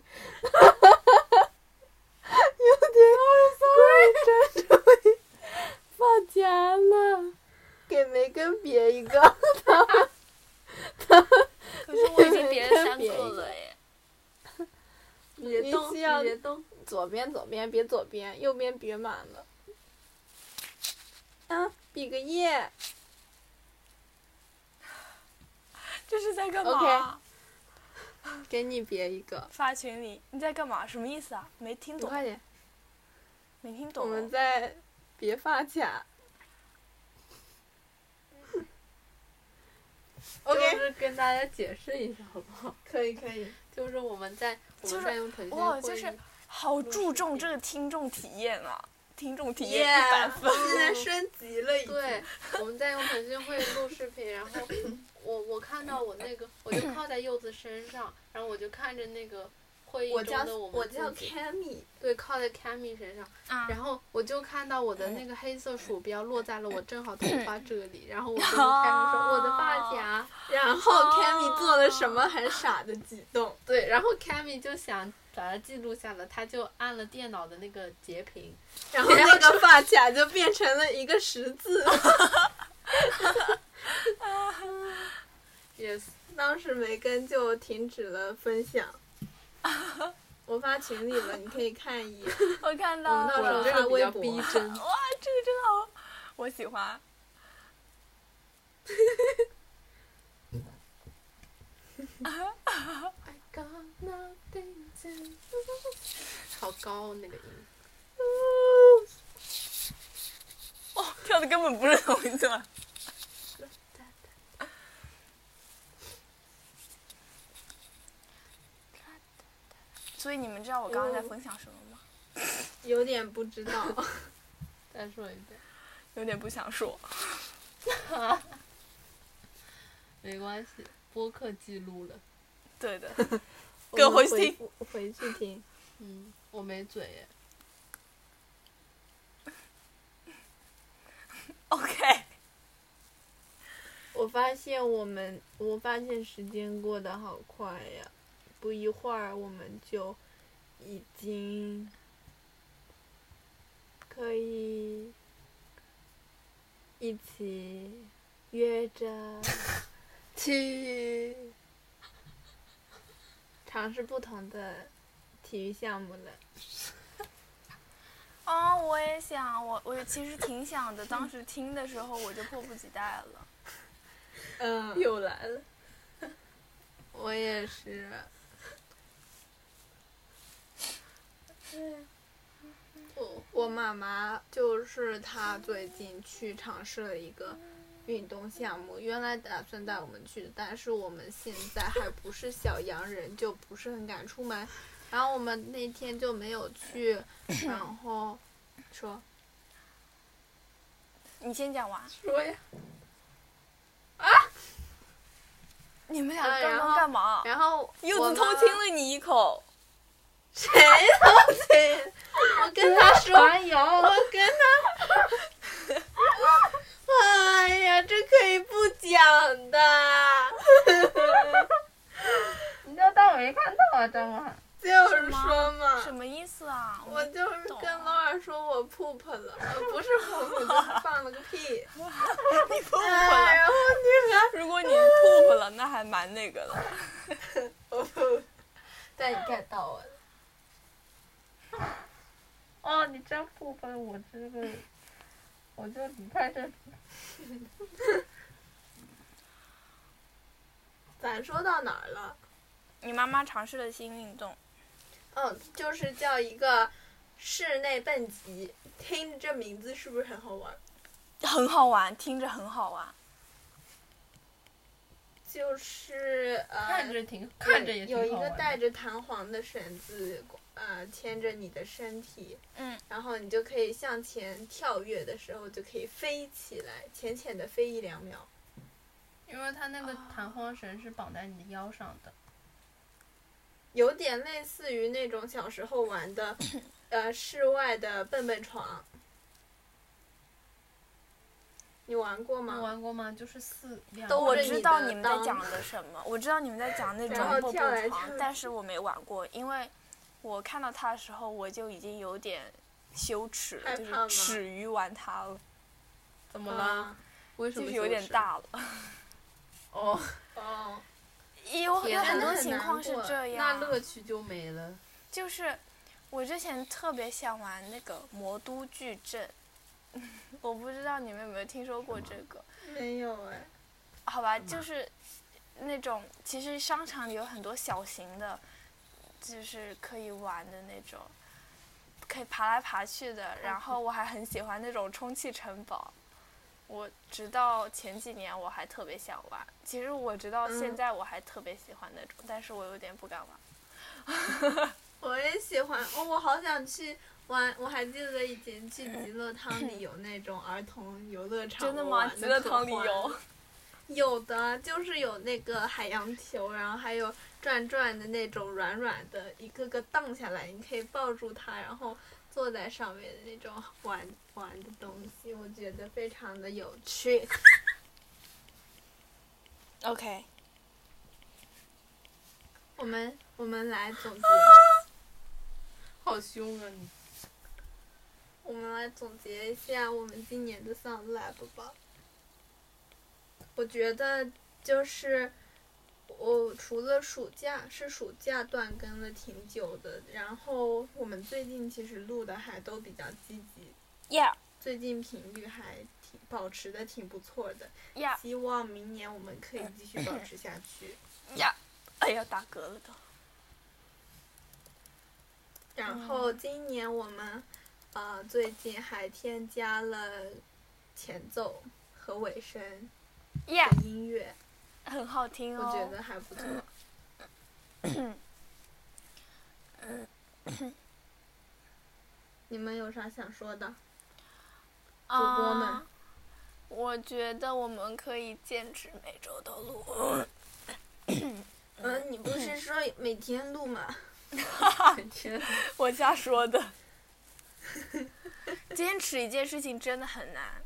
A: 有点过于专注。跟别一个，
E: 可是我已经别人删错了 耶。
F: 你别动，
A: 需要
F: 你别动，
A: 左边左边别左边，右边别满了。啊，比个耶！
C: 这是在干嘛
A: OK 给你别一个，
C: 发群里你在干嘛？什么意思啊？没听
A: 你
C: 懂，
A: 快点，
C: 没听
A: 我
C: 懂。哦
A: 们在别发卡。
F: 就
A: OK，
F: 是跟大家解释一下，好不好？
A: 可以可以，
F: 就是我们在我
C: 就是
F: 们在用腾讯
C: 哇
F: 会议，
C: 就是好注重这个听众体验啊，听众体验
F: Yeah
C: 一百分。
A: 现 在升级了已经。
B: 对，我们在用腾讯会议录视频，然后我我看到我那个，我就靠在柚子身上，然后我就看着那个会议
A: 我
B: 中
A: 叫
B: 的
A: 我
B: 们自己，
A: 叫 Cammy，
B: 对，靠在 Cammy 身上，
E: 啊
B: 然后我就看到我的那个黑色鼠标落在了我正好头发这里，然后我就跟 Cammy 说我的
A: 哦
B: 发夹，
A: 然后 Cammy 做了什么很傻的举动？
B: 对，然后 Cammy 就想把它记录下来，他就按了电脑的那个截屏，
A: 然后那个发卡就变成了一个十字。
B: yes，
A: 当时梅根就停止了分享，我发群里了，你可以看一眼。
C: 我看
A: 我
C: 到
A: 们到时候
C: 了，
A: 发微博，
B: 逼真，
C: 哇，这个真好，我喜欢。
B: Got nothing to 好高哦那个音，
C: 哦，跳的根本不是同一段。所以你们知道我刚刚在分享什么吗？
A: 有点不知道。
B: 再说一遍，
C: 有点不想说。
B: 没关系，播客记录了。
C: 对的，
A: 我
C: 各
A: 们回
C: 回去听
A: 复，回去听。
B: 嗯，我没嘴耶。
C: OK，
A: 我发现我们，我发现时间过得好快呀，不一会儿我们就已经可以一起约着去尝试不同的体育项目了。
E: 哦，我也想，我我其实挺想的，当时听的时候我就迫不及待了。
A: 嗯，又来了。我也是。我我妈妈就是她最近去尝试了一个运动项目，原来打算带我们去，但是我们现在还不是小洋人，就不是很敢出门。然后我们那天就没有去，然后说
E: 你先讲完，
A: 说呀，
C: 你们俩
A: 嗯
C: 刚
A: 然
C: 刚
A: 后
C: 干嘛？啊
A: 然 后
C: 柚
A: 我
C: 子偷
A: 妈
C: 亲了你一口。
A: 谁偷亲？我跟他说，我跟他，哎呀，这可以不讲的。
B: 你就当我没看到啊，张翰。
A: 就是说嘛
E: 什，么意思啊？
A: 我就是跟罗尔说我 poop 了，我不是 poop，就是放了个屁。
C: 你吐
A: 哎
C: 了。
A: 呀，我
C: 如果你吐了，那还蛮那个的。
A: 女儿，但你 get 到我了。
B: 哦，你真不分我这个，我就离开这。
A: 咱说到哪儿了？
E: 你妈妈尝试了新运动，
A: 嗯，就是叫一个室内蹦极，听着这名字是不是很好玩？
E: 很好玩，听着很好玩。
A: 就是呃，
B: 看着挺，啊看着也挺
A: 有
B: 好
A: 有一个
B: 玩的
A: 带着弹簧的绳子，呃，牵着你的身体，
E: 嗯，
A: 然后你就可以向前跳跃的时候就可以飞起来，浅浅的飞一两秒。
B: 因为它那个弹簧绳是绑在你的腰上的。
A: 有点类似于那种小时候玩的，呃，室外的蹦蹦床。你玩过
B: 你
A: 吗？
B: 玩过吗？就是四两
A: 都
E: 我
A: 着
E: 知
A: 你
E: 道
A: 的
E: 你们在
A: 裆
E: 讲的什么，我知道你们在讲那种
A: 然后
E: 蹦
A: 跳来
E: 蹦
A: 跳
E: 床
A: 去，
E: 但是我没玩过，因为我看到它的时候我就已经有点羞耻
A: 害
E: 了，就
A: 怕吗
E: 是耻于玩它了。
B: 怎么了？
A: 啊，
G: 为什
C: 就
G: 么
C: 是有点
G: 羞耻？
C: 大了。
B: 哦，
A: 哦，
C: 有
B: 天
C: 有很
B: 呐
C: 多
B: 很
C: 情
G: 难
C: 况是
G: 过
C: 这
B: 那
C: 样，
B: 乐趣就没了。
C: 就是我之前特别想玩那个魔都矩阵，我不知道你们有没有听说过这个？
A: 没有哎，
C: 好吧，就是那种其实商场里有很多小型的，就是可以玩的那种，可以爬来爬去的。然后我还很喜欢那种充气城堡，我直到前几年我还特别想玩。其实我直到现在我还特别喜欢那种，但是我有点不敢玩。
A: 我也喜欢哦，我好想去玩。我还记得以前去极 乐汤里有那种儿童游乐场，
C: 真的
A: 我
C: 吗？
A: 玩
C: 极乐
A: 可
C: 堂里
A: 欢
C: 有
A: 了。有的就是有那个海洋球，然后还有转转的那种软软的，一个个荡下来，你可以抱住它，然后坐在上面的那种玩玩的东西，我觉得非常的有趣。
C: OK，
A: 我们我们来总结，
B: 好凶啊你！
A: 我们来总结一下我们今年的 Sound Lab 吧。我觉得就是我除了暑假是暑假断更了挺久的，然后我们最近其实录的还都比较积极，
C: 呀
A: 最近频率还挺保持的挺不错的，
C: 呀
A: 希望明年我们可以继续保持下去。
C: 呀！哎呀，打嗝了都。
A: 然后今年我们，呃，最近还添加了前奏和尾声
C: 呀、
A: 的音乐，
C: 很好听
A: 我
C: 哦。
A: 觉得还不错。 你们有啥想说的？
C: 主
A: 播们
C: 啊我觉得我们可以坚持每周都 录。
A: 嗯，你不是说每天录吗？
B: 天，
C: 我瞎说的。坚持一件事情真的很难。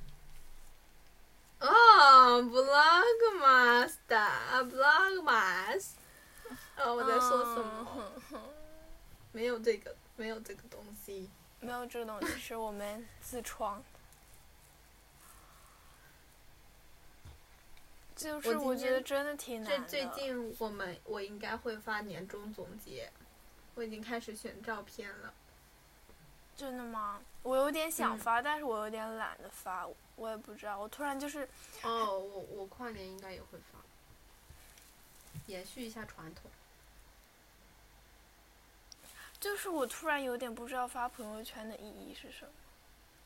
A: 哦，Blogmaster，Blogmas。哦，我在说什么？
C: 嗯
A: 没有这个，没有这个东西。
C: 没有这个东西是我们自创的。就是
A: 我
C: 我
A: 今
C: 觉
A: 天
C: 得真的挺难
A: 最
C: 的。
A: 最近我们我应该会发年终总结，我已经开始选照片了。
C: 真的吗？我有点想
A: 嗯
C: 发，但是我有点懒得发，我我也不知道。我突然就是
B: 哦，我我跨年应该也会发，延续一下传统。
C: 就是我突然有点不知道发朋友圈的意义是什么，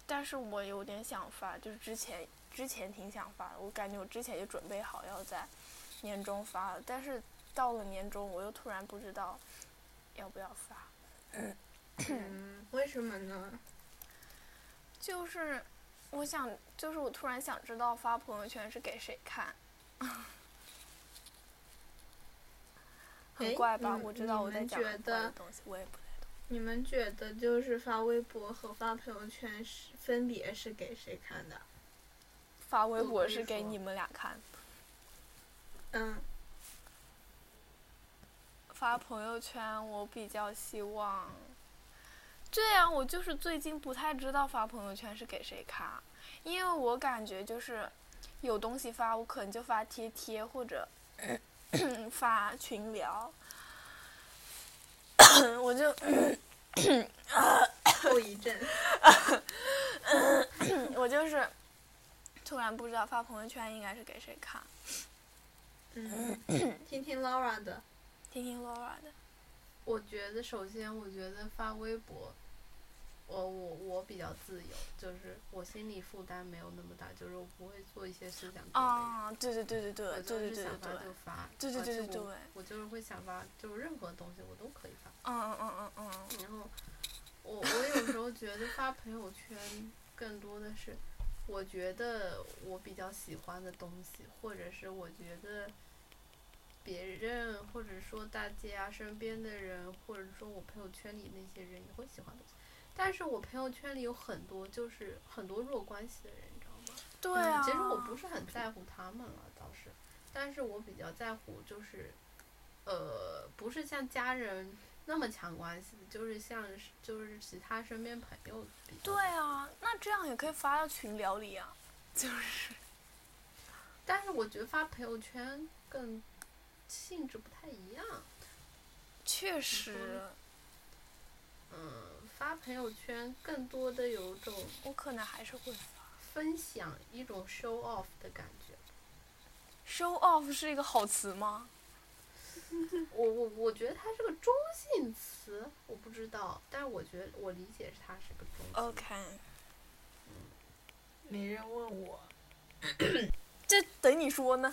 C: 但是我有点想发，就是之前之前挺想发的，我感觉我之前就准备好要在年终发了，但是到了年终我又突然不知道要不要发，
A: 嗯，为什么呢？
C: 就是我想，就是我突然想知道发朋友圈是给谁看，
A: 哎
C: 很
A: 诶
C: 怪吧？
A: 你
C: 我知道我
A: 你
C: 在
A: 们
C: 讲
A: 觉
C: 很怪的
A: 得
C: 东西，我也不太懂。
A: 你们觉得就是发微博和发朋友圈是分别是给谁看的？
C: 发微
B: 不
C: 博
B: 会
C: 是给
B: 说
C: 你们俩看，
A: 嗯，
C: 发朋友圈，我比较希望这样。我就是最近不太知道发朋友圈是给谁看，因为我感觉就是有东西发，我可能就发贴贴或者发群聊，我就
A: 后遗症。
C: 我就是突然不知道发朋友圈应该是给谁看。
A: 嗯，听听 Laura 的。
C: 听听 Laura 的，
B: 我觉得首先，我觉得发微博，我我我比较自由，就是我心理负担没有那么大，就是我不会做一些思想准备。
C: 啊，对对对对对
B: 我
C: 对
B: 就
C: 对
B: 是
C: 对对
B: 想发
C: 对
B: 就，发，
C: 对对
B: 而
C: 对
B: 且
C: 对对
B: 我我就是会想发，就是任何东西我都可以发。
C: 嗯嗯嗯嗯嗯，
B: 然后我我有时候觉得发朋友圈更多的是，我觉得我比较喜欢的东西，或者是我觉得别人或者说大家身边的人，或者说我朋友圈里那些人也会喜欢的东西。但是我朋友圈里有很多就是很多弱关系的人，你知道吗？
C: 对啊，
B: 嗯其实我不是很在乎他们了，倒是，但是我比较在乎就是，呃，不是像家人那么强关系，就是像是就是其他身边朋友比较
C: 对啊，那这样也可以发到群聊里啊，就是
B: 但是我觉得发朋友圈更性质不太一样。
C: 确实，
B: 嗯，发朋友圈更多的有一种
C: 我可能还是会发。
B: 分享，一种 show off 的感觉。
C: show off 是一个好词吗？
B: 我我我觉得它是个中性词，我不知道，但是我觉得我理解它是个中性词。
C: OK，
H: 没人问我，
C: 这等你 说呢。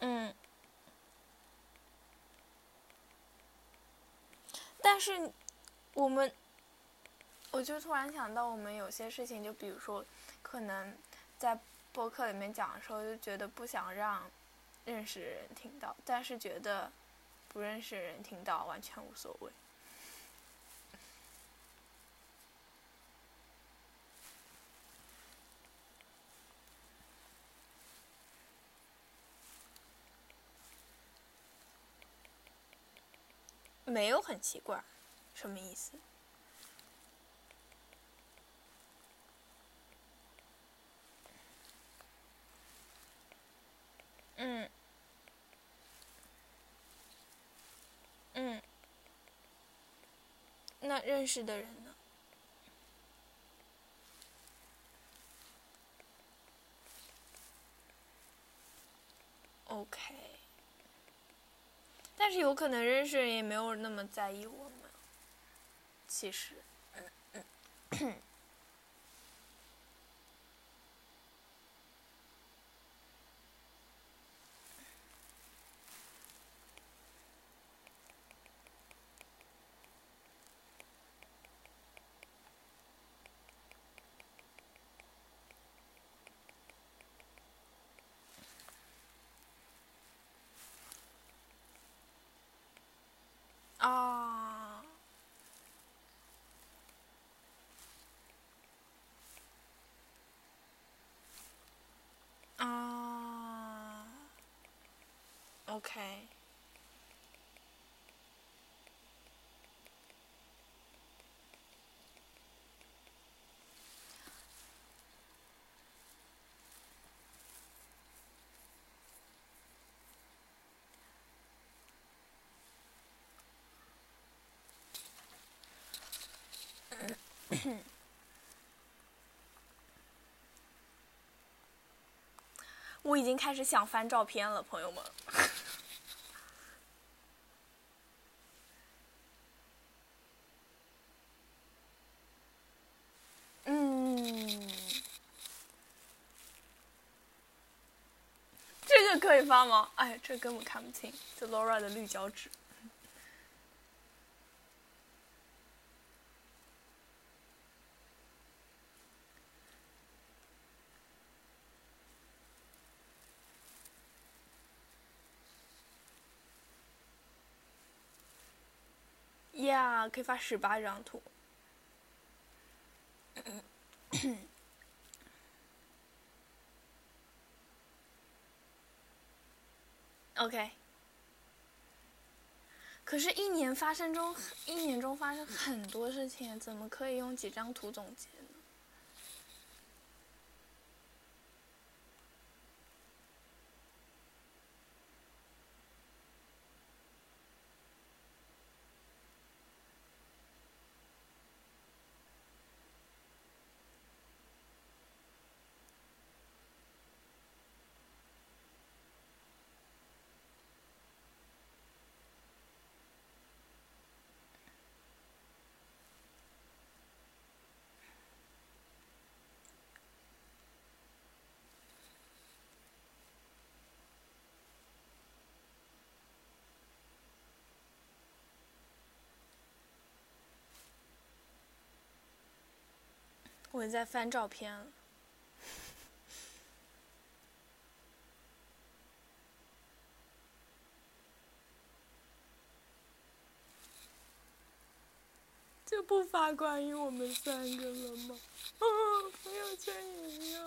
C: 嗯，但是我们，我就突然想到，我们有些事情，就比如说，可能在播客里面讲的时候，就觉得不想让认识的人听到，但是觉得不认识的人听到完全无所谓。没有很奇怪，什么意思？嗯，嗯，那认识的人呢？OK，但是有可能认识人也没有那么在意我们，其实，啊，啊，OK，我已经开始想翻照片了，朋友们。嗯，这个可以发吗？哎，这根本看不清，就 Laura 的绿脚趾。呀，可以发十八张图。OK。可是，一年发生中，一年中发生很多事情，怎么可以用几张图总结呢？我在翻照 片了。就不发关于我们三个了吗？啊，
I: 哦
C: 朋友圈也没有。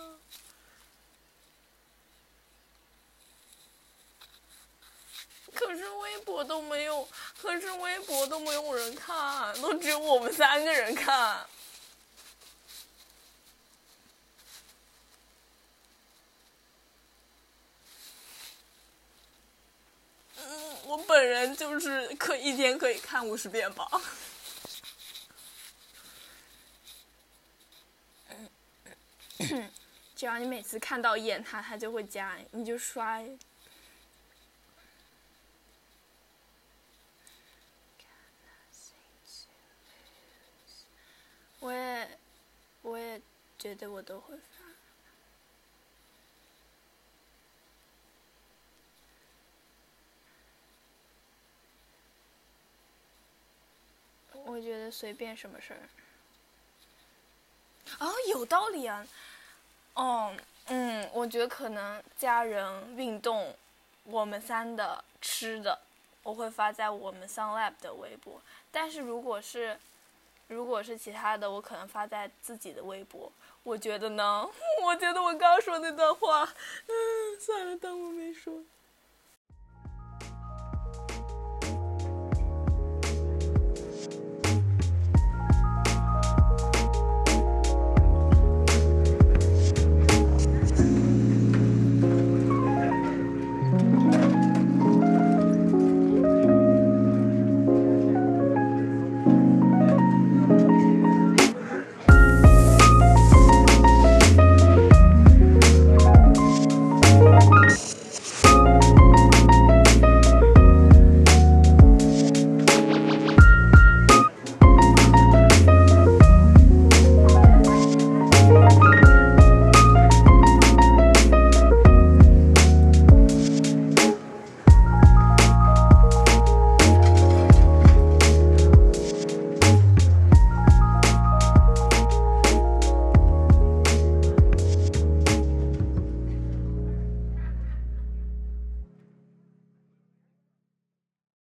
C: 可
I: 可是微博都没有，可是微博都没有人看，啊都只有我们三个人看。啊嗯，我本人就是可一天可以看五十遍吧。
C: 只要你每次看到厌他，他就会加你，你就刷。我也，我也觉得我都会发。我觉得随便什么事儿。哦，有道理啊。哦，嗯，我觉得可能家人、运动、我们三的吃的，我会发在我们 Sun Lab 的微博。但是如果是如果是其他的，我可能发在自己的微博。 我觉得呢，我觉得我刚说那段话，嗯，算了，当我没说。